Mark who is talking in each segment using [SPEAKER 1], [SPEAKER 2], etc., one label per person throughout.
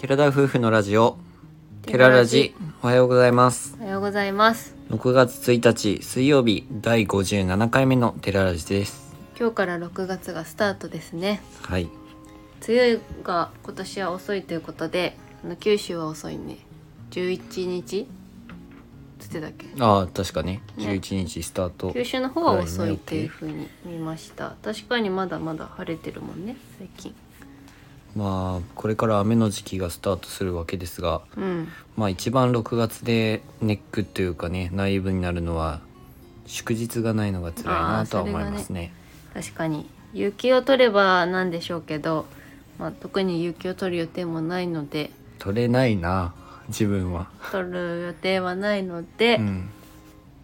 [SPEAKER 1] 寺田夫婦のラジオ寺ラジおはようございます
[SPEAKER 2] おはようございます
[SPEAKER 1] 6月1日水曜日第57回目の寺ラジです
[SPEAKER 2] 今日から6月がスタートですね
[SPEAKER 1] はい
[SPEAKER 2] 梅雨が今年は遅いということであの九州は遅いね11日つってたっけ
[SPEAKER 1] ああ確かね
[SPEAKER 2] ね
[SPEAKER 1] 11日スタート、
[SPEAKER 2] 九州の方は遅いっていう風に見ました確かにまだまだ晴れてるもんね最近
[SPEAKER 1] まあこれから雨の時期がスタートするわけですが
[SPEAKER 2] うん
[SPEAKER 1] まあ一番6月でネックというかね内部になるのは祝日がないのが辛いなとは思いますね
[SPEAKER 2] 確かに有給を取ればなんでしょうけど、まあ、特に有給を取る予定もないので
[SPEAKER 1] 取れないな自分は、
[SPEAKER 2] 取る予定はないので、
[SPEAKER 1] うん、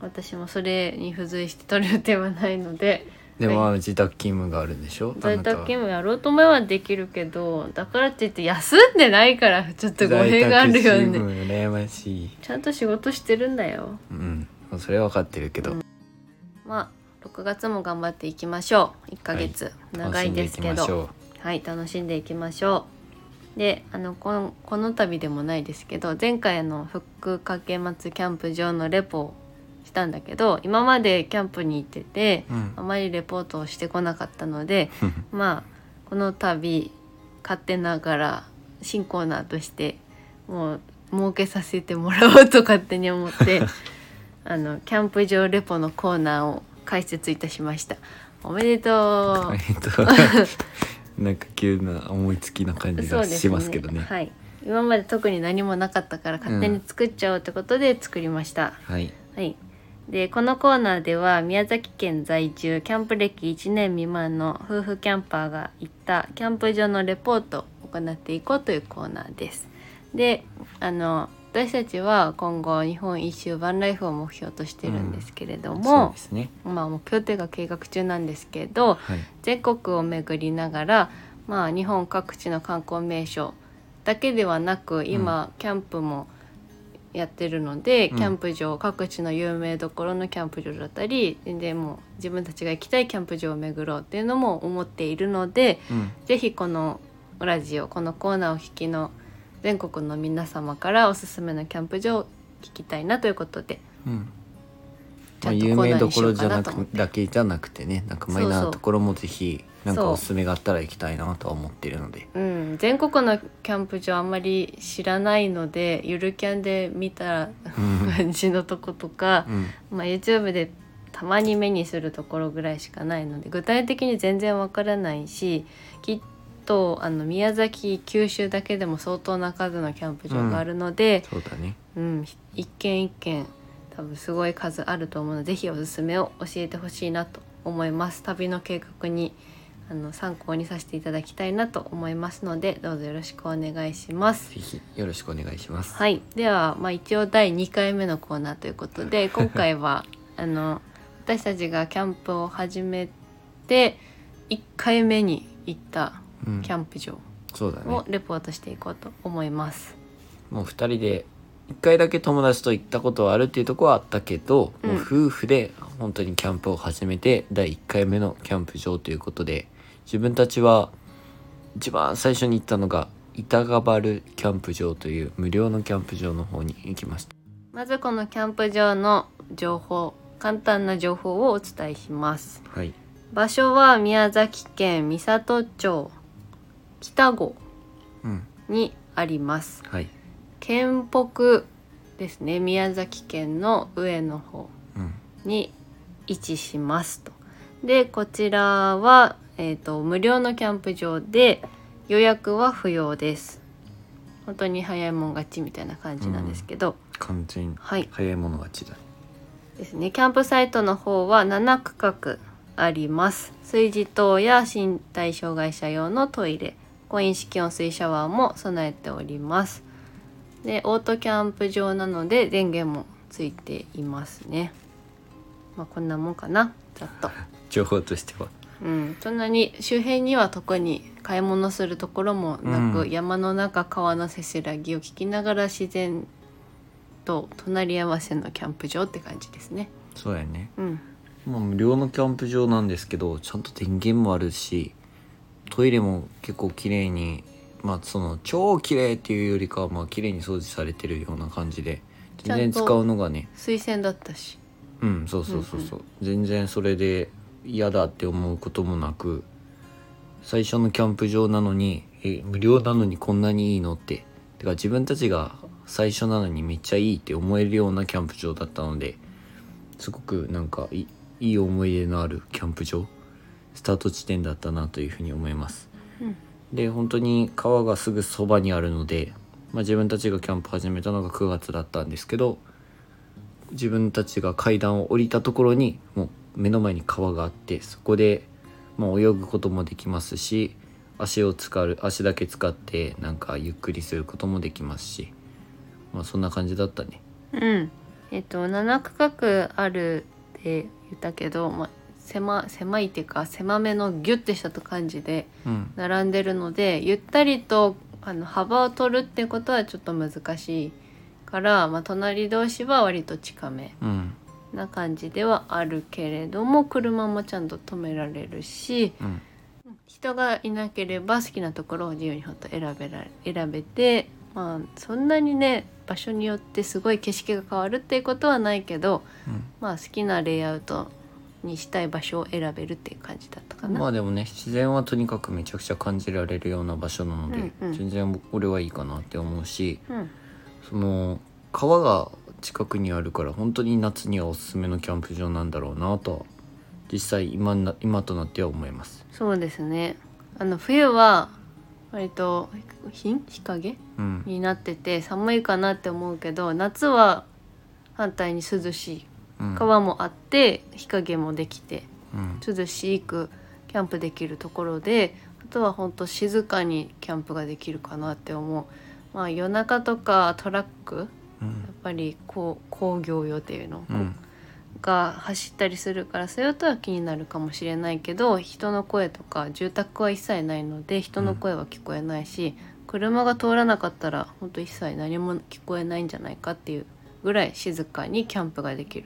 [SPEAKER 2] 私もそれに付随して取る予定はないので
[SPEAKER 1] でも
[SPEAKER 2] はい
[SPEAKER 1] まあ自宅勤務があるんでしょあ
[SPEAKER 2] 在宅
[SPEAKER 1] なたは
[SPEAKER 2] 勤務やろうと思えばできるけどだからって言って休んでないからちょっと語弊がある
[SPEAKER 1] 在
[SPEAKER 2] よ
[SPEAKER 1] 宅勤
[SPEAKER 2] ね
[SPEAKER 1] 務羨ましい
[SPEAKER 2] ちゃんと仕事してるんだよ
[SPEAKER 1] うんそれは分かってるけど、
[SPEAKER 2] うんまあ6月も頑張っていきましょう1ヶ月、長
[SPEAKER 1] 楽し
[SPEAKER 2] い
[SPEAKER 1] んで
[SPEAKER 2] で
[SPEAKER 1] い
[SPEAKER 2] す
[SPEAKER 1] き
[SPEAKER 2] け
[SPEAKER 1] まし
[SPEAKER 2] ど
[SPEAKER 1] ょ
[SPEAKER 2] はい楽しんでいきましょうであのこのこの度でもないですけど前回あの福掛松キャンプ場のレポをしたんだけど今までキャンプに行ってて
[SPEAKER 1] ううん
[SPEAKER 2] あまりレポートをしてこなかったのでまあこの度勝手ながら新コーナーとしてもう設けさせてもらおうと勝手に思って あのキャンプ場レポのコーナーを開設いたしましたおめで と
[SPEAKER 1] えっとなんか急な思いつきな感
[SPEAKER 2] う
[SPEAKER 1] じ
[SPEAKER 2] そう
[SPEAKER 1] が
[SPEAKER 2] ですね
[SPEAKER 1] しますけどね
[SPEAKER 2] はい今まで特に何もなかったから勝手に作っちゃおうってことで作りました、
[SPEAKER 1] はい
[SPEAKER 2] はい。で、このコーナーでは宮崎県在住キャンプ歴1年未満の夫婦キャンパーが行ったキャンプ場のレポートを行っていこうというコーナーです。で、あの私たちは今後日本一周バンライフを目標としてるんですけれど
[SPEAKER 1] そう
[SPEAKER 2] も
[SPEAKER 1] で、すね
[SPEAKER 2] まあ目標というか計画中なんですけど、
[SPEAKER 1] はい
[SPEAKER 2] 全国を巡りながら、まあ、日本各地の観光名所だけではなく今、キャンプもやってるので、
[SPEAKER 1] うん
[SPEAKER 2] キャンプ場各地の有名どころのキャンプ場だったり全然もう自分たちが行きたいキャンプ場を巡ろうっていうのも思っているので
[SPEAKER 1] うん
[SPEAKER 2] ぜひこのラジオこのコーナーをお聞きの全国の皆様からおすすめのキャンプ場を聞きたいなということで
[SPEAKER 1] うん
[SPEAKER 2] ち
[SPEAKER 1] ま
[SPEAKER 2] ゃ
[SPEAKER 1] あ、
[SPEAKER 2] んと
[SPEAKER 1] 有
[SPEAKER 2] コー
[SPEAKER 1] 名
[SPEAKER 2] ナー
[SPEAKER 1] ど
[SPEAKER 2] にし
[SPEAKER 1] こ
[SPEAKER 2] よ
[SPEAKER 1] ろ
[SPEAKER 2] う
[SPEAKER 1] じゃ
[SPEAKER 2] か
[SPEAKER 1] な
[SPEAKER 2] なと思
[SPEAKER 1] く
[SPEAKER 2] って。
[SPEAKER 1] だけじゃなくてねなんかマイ
[SPEAKER 2] そう
[SPEAKER 1] ナ
[SPEAKER 2] そ
[SPEAKER 1] ー
[SPEAKER 2] う
[SPEAKER 1] ところもぜひなんか
[SPEAKER 2] そう
[SPEAKER 1] おすすめがあったら行きたいなとは思ってるので
[SPEAKER 2] うん、全国のキャンプ場あんまり知らないのでゆるキャンで見た
[SPEAKER 1] うん
[SPEAKER 2] 感じのとことか、
[SPEAKER 1] うん
[SPEAKER 2] まあ、YouTube でたまに目にするところぐらいしかないので具体的に全然わからないしきっとあの宮崎九州だけでも相当な数のキャンプ場があるので、
[SPEAKER 1] そうだね
[SPEAKER 2] うん一軒一軒多分すごい数あると思うのでぜひおすすめを教えてほしいなと思います旅の計画にあの参考にさせていただきたいなと思いますのでどうぞよろしくお願いします。
[SPEAKER 1] ぜひよろしくお願いします
[SPEAKER 2] はい、では、まあ、一応第2回目のコーナーというこ とで今回はあの私たちがキャンプを始めて1回目に行った
[SPEAKER 1] うん
[SPEAKER 2] キャンプ場
[SPEAKER 1] そうだね
[SPEAKER 2] をレポートしていこうと思います。
[SPEAKER 1] もう2人で1回だけ友達と行ったことはあるっていうところはあったけど、
[SPEAKER 2] うん
[SPEAKER 1] もう夫婦で本当にキャンプを始めて第1回目のキャンプ場ということで自分たちは一番最初に行ったのが板ヶ原キャンプ場という無料のキャンプ場の方に行きました
[SPEAKER 2] まずこのキャンプ場の情報簡単な情報をお伝えします。
[SPEAKER 1] はい
[SPEAKER 2] 場所は宮崎県美郷町北郷
[SPEAKER 1] うん
[SPEAKER 2] にあります。
[SPEAKER 1] はい
[SPEAKER 2] 県北ですね宮崎県の上の方
[SPEAKER 1] うん
[SPEAKER 2] に位置しますと。でこちらは、えー、と無料のキャンプ場で予約は不要です。本当に早いもん勝ちみたいな感じなんですけど、
[SPEAKER 1] 完全に
[SPEAKER 2] はい
[SPEAKER 1] 早い者勝ちだ
[SPEAKER 2] ですねキャンプサイトの方は7区画あります炊事灯や身体障害者用のトイレコイン式温水シャワーも備えておりますでオートキャンプ場なので電源もついていますねまあこんなもんかなざっと
[SPEAKER 1] 情報としては
[SPEAKER 2] うんそんなに周辺には特に買い物するところもなく、
[SPEAKER 1] うん
[SPEAKER 2] 山の中川のせせらぎを聞きながら自然と隣り合わせのキャンプ場って感じですね
[SPEAKER 1] そうやね
[SPEAKER 2] うん
[SPEAKER 1] まあ、無料のキャンプ場なんですけどちゃんと電源もあるしトイレも結構綺麗にまあその超綺麗っていうよりかはまあ綺麗に掃除されてるような感じで全然
[SPEAKER 2] ちゃんと
[SPEAKER 1] 使うのがね
[SPEAKER 2] 推薦だったし
[SPEAKER 1] うんそうそうそうそう、全然それで嫌だって思うこともなく最初のキャンプ場なのにえ無料なのにこんなにいいのっててか自分たちが最初なのにめっちゃいいって思えるようなキャンプ場だったのですごくなんかいいい思い出のあるキャンプ場スタート地点だったなというふうに思います
[SPEAKER 2] うん
[SPEAKER 1] で本当に川がすぐそばにあるので、まあ、自分たちがキャンプ始めたのが9月だったんですけど自分たちが階段を降りたところにもう目の前に川があってそこで、まあ、泳ぐこともできますし足を使う足だけ使ってなんかゆっくりすることもできますし、まあ、そんな感じだったね
[SPEAKER 2] うんえっと7区画あるって言ったけど、まあ、狭狭いっていうか狭めのギュッてした感じで
[SPEAKER 1] うん
[SPEAKER 2] 並んでるのでゆったりとあの幅を取るってことはちょっと難しいから、まあ、隣同士は割と近め
[SPEAKER 1] うん
[SPEAKER 2] な感じではあるけれども車もちゃんと止められるし
[SPEAKER 1] うん
[SPEAKER 2] 人がいなければ好きなところを自由にほんと選べられ選べて、まあ、そんなにね場所によってすごい景色が変わるっていうことはないけど、まあ、好きなレイアウトにしたい場所を選べるっていう感じだったか
[SPEAKER 1] うん、
[SPEAKER 2] な。
[SPEAKER 1] まあでもね自然はとにかくめちゃくちゃ感じられるような場所なので、
[SPEAKER 2] うんうん
[SPEAKER 1] 全然俺はいいかなって思うし、
[SPEAKER 2] うん
[SPEAKER 1] その川が近くにあるから本当に夏にはおすすめのキャンプ場なんだろうなとは実際今な今となっては思います
[SPEAKER 2] そうですねあの冬は割と日日陰
[SPEAKER 1] うん、
[SPEAKER 2] になってて寒いかなって思うけど夏は反対に涼しい
[SPEAKER 1] うん、
[SPEAKER 2] 川もあって日陰もできて
[SPEAKER 1] うん
[SPEAKER 2] 涼しくキャンプできるところであとは本当静かにキャンプができるかなって思う。まあ、夜中とかトラック
[SPEAKER 1] う
[SPEAKER 2] や
[SPEAKER 1] ん
[SPEAKER 2] っぱりこう工業用っていうの、
[SPEAKER 1] うん
[SPEAKER 2] が走ったりするからそういう音は気になるかもしれないけど人の声とか住宅は一切ないので人の声は聞こえないし、車が通らなかったら本当一切何も聞こえないんじゃないかっていうぐらい静かにキャンプができる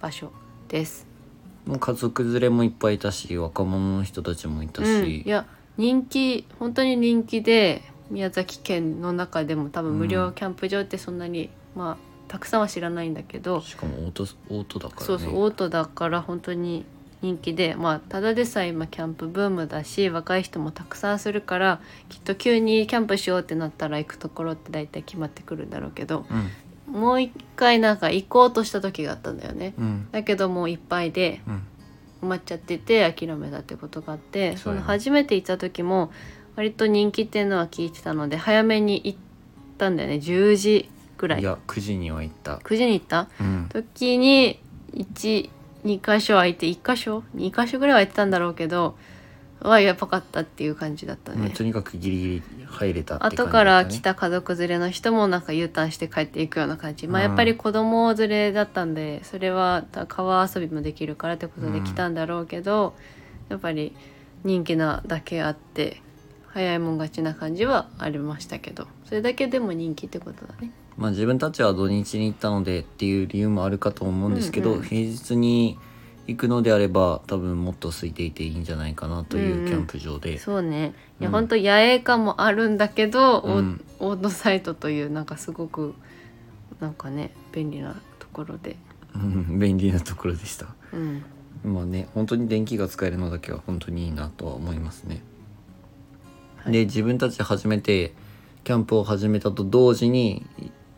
[SPEAKER 2] 場所です。
[SPEAKER 1] もう家族連れもいっぱいいたし若者の人たちもいた
[SPEAKER 2] うん、
[SPEAKER 1] し
[SPEAKER 2] い、や人気本当に人気で宮崎県の中でも多分無料キャンプ場ってそんなに、まあたくさんは知らないんだけど
[SPEAKER 1] しかもオートオートだからね
[SPEAKER 2] そうそうオートだから本当に人気でまあただでさえ今キャンプブームだし若い人もたくさんするからきっと急にキャンプしようってなったら行くところって大体決まってくるんだろうけどもう一回なんか行こうとした時があったんだよね
[SPEAKER 1] うんうん
[SPEAKER 2] だけどもういっぱいで
[SPEAKER 1] うん
[SPEAKER 2] 埋まっちゃってて諦めたってことがあって
[SPEAKER 1] そ
[SPEAKER 2] そう
[SPEAKER 1] だね
[SPEAKER 2] の初めて行った時も割と人気っていうのは聞いてたので早めに行ったんだよね10時ぐらい
[SPEAKER 1] いや9時には行った、
[SPEAKER 2] 9時に行った
[SPEAKER 1] うん
[SPEAKER 2] 時に12箇所空いて1箇所2箇所ぐらいは空いてたんだろうけどはやばかったっていう感じだった
[SPEAKER 1] う
[SPEAKER 2] ね
[SPEAKER 1] んとにかくギリギリ入れたって感じだ
[SPEAKER 2] 後
[SPEAKER 1] ったね
[SPEAKER 2] から来た家族連れの人もなんか U ターンして帰っていくような感じまあ
[SPEAKER 1] うん
[SPEAKER 2] やっぱり子供連れだったんでそれは川遊びもできるからってことで来たんだろうけど、やっぱり人気なだけあって早いもん勝ちな感じはありましたけどそれだけでも人気ってことだね。
[SPEAKER 1] まあ、自分たちは土日に行ったのでっていう理由もあるかと思うんですけど、
[SPEAKER 2] うんうん
[SPEAKER 1] 平日に行くのであれば多分もっと空いていていいんじゃないかなとい
[SPEAKER 2] んう
[SPEAKER 1] うんキャンプ場で、
[SPEAKER 2] そうねい
[SPEAKER 1] う
[SPEAKER 2] や、
[SPEAKER 1] ん
[SPEAKER 2] ほんと野営感もあるんだけど、オー
[SPEAKER 1] うん
[SPEAKER 2] オートサイトというなんかすごくなんかね便利なところで、
[SPEAKER 1] うん 便利なところでした
[SPEAKER 2] うん、
[SPEAKER 1] まあね本当に電気が使えるのだけは本当にいいなとは思いますね、
[SPEAKER 2] はい
[SPEAKER 1] で自分たち初めてキャンプを始めたと同時に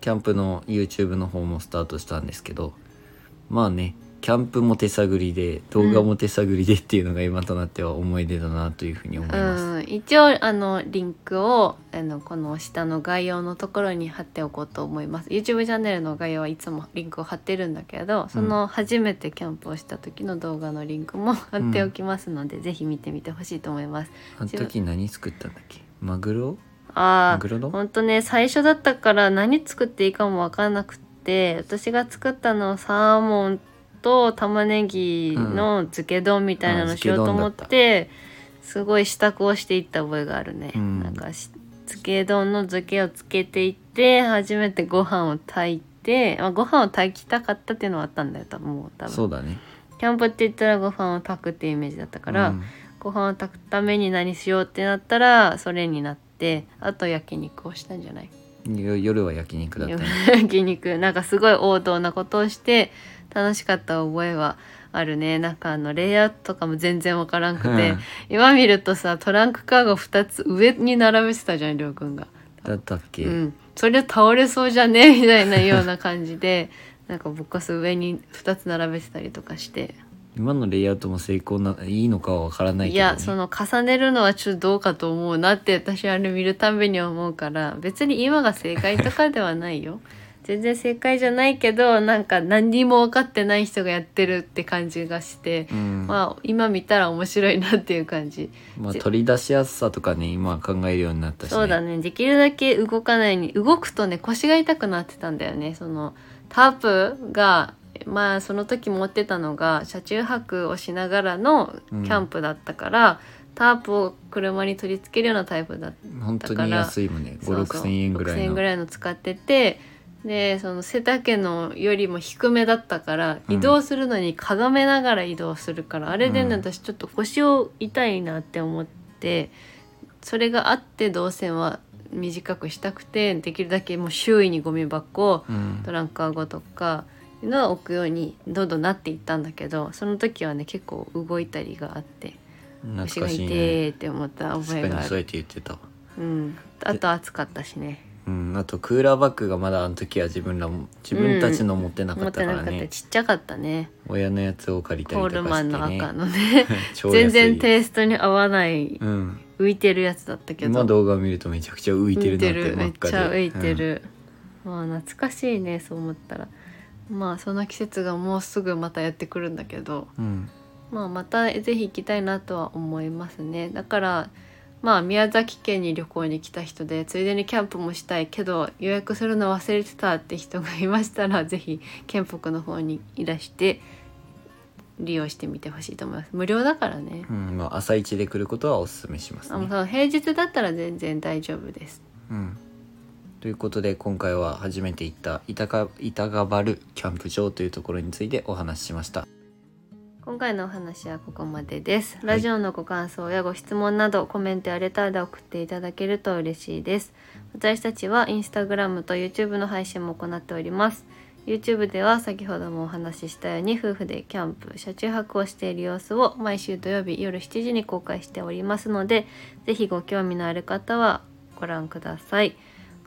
[SPEAKER 1] キャンプの YouTube の方もスタートしたんですけどまあねキャンプも手探りで動画も手探りでっていうのが今となっては思い出だなというふうに思います、
[SPEAKER 2] うん、一応あのリンクをあのこの下の概要のところに貼っておこうと思います YouTube チャンネルの概要はいつもリンクを貼ってるんだけどその初めてキャンプをした時の動画のリンクも貼っておきますので、ぜひ見てみてほしいと思います
[SPEAKER 1] あの時何作ったんだっけマグロマ
[SPEAKER 2] あー
[SPEAKER 1] グロの
[SPEAKER 2] ほんとね最初だったから何作っていいかも分かんなくって私が作ったのはサーモンと玉ねぎの漬け丼みたいなのしようと思って、すごい支度をしていった覚えがあるね、
[SPEAKER 1] うん
[SPEAKER 2] なんかし漬け丼の漬けをつけていって初めてご飯を炊いて、まあ、ご飯を炊きたかったっていうのはあったんだよ多分もう多
[SPEAKER 1] そ
[SPEAKER 2] 分
[SPEAKER 1] うだね
[SPEAKER 2] キャンプって言ったらご飯を炊くっていうイメージだったから、
[SPEAKER 1] うん
[SPEAKER 2] ご飯を炊くために何しようってなったらそれになってあと焼肉をしたんじゃない
[SPEAKER 1] よ夜は焼肉だったね
[SPEAKER 2] 焼肉なんかすごい王道なことをして楽しかった覚えはあるねなんかあのレイアウトとかも全然わからんくて、
[SPEAKER 1] うん
[SPEAKER 2] 今見るとさトランクカーゴ2つ上に並べてたじゃんりょうくんが。
[SPEAKER 1] だったっけ、
[SPEAKER 2] うん、それ倒れそうじゃねみたいなような感じでなんかボックス上に2つ並べてたりとかして
[SPEAKER 1] 今のレイアウトも成功ないいのかはわからない
[SPEAKER 2] い
[SPEAKER 1] けど、ね、
[SPEAKER 2] やその重ねるのはちょっとどうかと思うなって 私あれ見るたんびに思うから別に今が正解とかではないよ 全然正解じゃないけどなんか何にも分かってない人がやってるって感じがして、
[SPEAKER 1] うんまあ、
[SPEAKER 2] まあ今見たら面白いなっていう感じ
[SPEAKER 1] 取り出しやすさとかね今考えるようになったし、ね、
[SPEAKER 2] そうだねできるだけ動かないように動くとね腰が痛くなってたんだよねそのタープがまあその時持ってたのが車中泊をしながらのキ
[SPEAKER 1] うん
[SPEAKER 2] ャンプだったから、タープを車に取り付けるようなタイプだった
[SPEAKER 1] 本当に安いもんね
[SPEAKER 2] そうそう
[SPEAKER 1] 5 6千円ぐらい
[SPEAKER 2] 6000
[SPEAKER 1] の
[SPEAKER 2] 円ぐらいの使っててでその背丈のよりも低めだったから
[SPEAKER 1] うん
[SPEAKER 2] 移動するのにかがめながら移動するから、あれでね
[SPEAKER 1] うん
[SPEAKER 2] 私ちょっと腰を痛いなって思ってそれがあって動線は短くしたくてできるだけもう周囲にゴミ箱を
[SPEAKER 1] うん
[SPEAKER 2] トランクアゴとかいうのは置くようにどんどんなっていったんだけどその時はね結構動いたりがあって腰
[SPEAKER 1] 懐
[SPEAKER 2] が
[SPEAKER 1] か
[SPEAKER 2] 痛
[SPEAKER 1] しいね
[SPEAKER 2] えって思った覚
[SPEAKER 1] 確
[SPEAKER 2] え
[SPEAKER 1] か
[SPEAKER 2] が
[SPEAKER 1] に
[SPEAKER 2] あ
[SPEAKER 1] そう
[SPEAKER 2] る。
[SPEAKER 1] やって言ってたわ
[SPEAKER 2] うん、あと暑かったしね。
[SPEAKER 1] うんあとクーラーバッグがまだあの時は自分らも自分たちの持ってなか
[SPEAKER 2] 持っ
[SPEAKER 1] った
[SPEAKER 2] て
[SPEAKER 1] から
[SPEAKER 2] なかった
[SPEAKER 1] ね、
[SPEAKER 2] ちっちゃかったね
[SPEAKER 1] 親のやつを借りた
[SPEAKER 2] コ
[SPEAKER 1] り
[SPEAKER 2] ー
[SPEAKER 1] と
[SPEAKER 2] ル
[SPEAKER 1] か
[SPEAKER 2] マ
[SPEAKER 1] し
[SPEAKER 2] ン
[SPEAKER 1] て
[SPEAKER 2] の赤
[SPEAKER 1] ね
[SPEAKER 2] のね
[SPEAKER 1] 超安
[SPEAKER 2] 全
[SPEAKER 1] い
[SPEAKER 2] 然テイストに合わない
[SPEAKER 1] うん
[SPEAKER 2] 浮いてるやつだったけど
[SPEAKER 1] 今動画を見るとめちゃくちゃ浮いてるなって
[SPEAKER 2] 浮いてる
[SPEAKER 1] 真
[SPEAKER 2] め
[SPEAKER 1] っ
[SPEAKER 2] っ
[SPEAKER 1] 赤
[SPEAKER 2] ち
[SPEAKER 1] で
[SPEAKER 2] ゃ浮いて、る、まあ懐かしいねそう思ったらまあその季節がもうすぐまたやってくるんだけど
[SPEAKER 1] うんうん
[SPEAKER 2] まあまたぜひ行きたいなとは思いますねだからまあ宮崎県に旅行に来た人でついでにキャンプもしたいけど予約するの忘れてたって人がいましたらぜひ県北の方にいらして利用してみてほしいと思います無料だからね
[SPEAKER 1] うんまあ、朝一で来ることはおすすめします
[SPEAKER 2] あの
[SPEAKER 1] ね、
[SPEAKER 2] そう平日だったら全然大丈夫です
[SPEAKER 1] うん、ということで今回は初めて行った板か板がバルキャンプ場というところについてお話ししました
[SPEAKER 2] 今回のお話はここまでです。ラジオのご感想やご質問など、コメントやレターで送っていただけると嬉しいです。私たちはインスタグラムと YouTube の配信も行っております。YouTube では先ほどもお話ししたように夫婦でキャンプ、車中泊をしている様子を毎週土曜日夜7時に公開しておりますので、ぜひご興味のある方はご覧ください。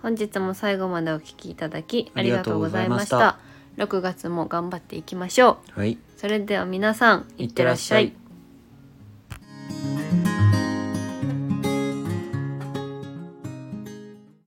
[SPEAKER 2] 本日も最後までお聞きいただきありがとうございました。
[SPEAKER 1] ありがとうござい
[SPEAKER 2] 6月も頑張っていきましょう。
[SPEAKER 1] はい
[SPEAKER 2] それでは皆さんい
[SPEAKER 1] い
[SPEAKER 2] っ
[SPEAKER 1] ってて
[SPEAKER 2] ら
[SPEAKER 1] ら
[SPEAKER 2] っ
[SPEAKER 1] っ
[SPEAKER 2] し
[SPEAKER 1] し
[SPEAKER 2] ゃ
[SPEAKER 1] ゃ
[SPEAKER 2] い
[SPEAKER 1] い。